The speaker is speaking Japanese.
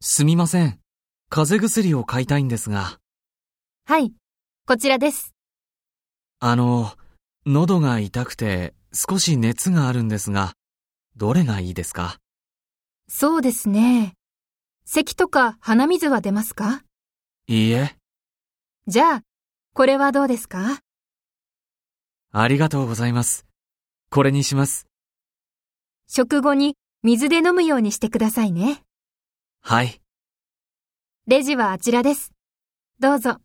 すみません。風邪薬を買いたいんですが、はい、こちらです。あの、喉が痛くて少し熱があるんですが、どれがいいですかそうですね。咳とか鼻水は出ますかいいえ、じゃあ、これはどうですかありがとうございます。これにします。食後に水で飲むようにしてくださいね。はい。レジはあちらです。どうぞ。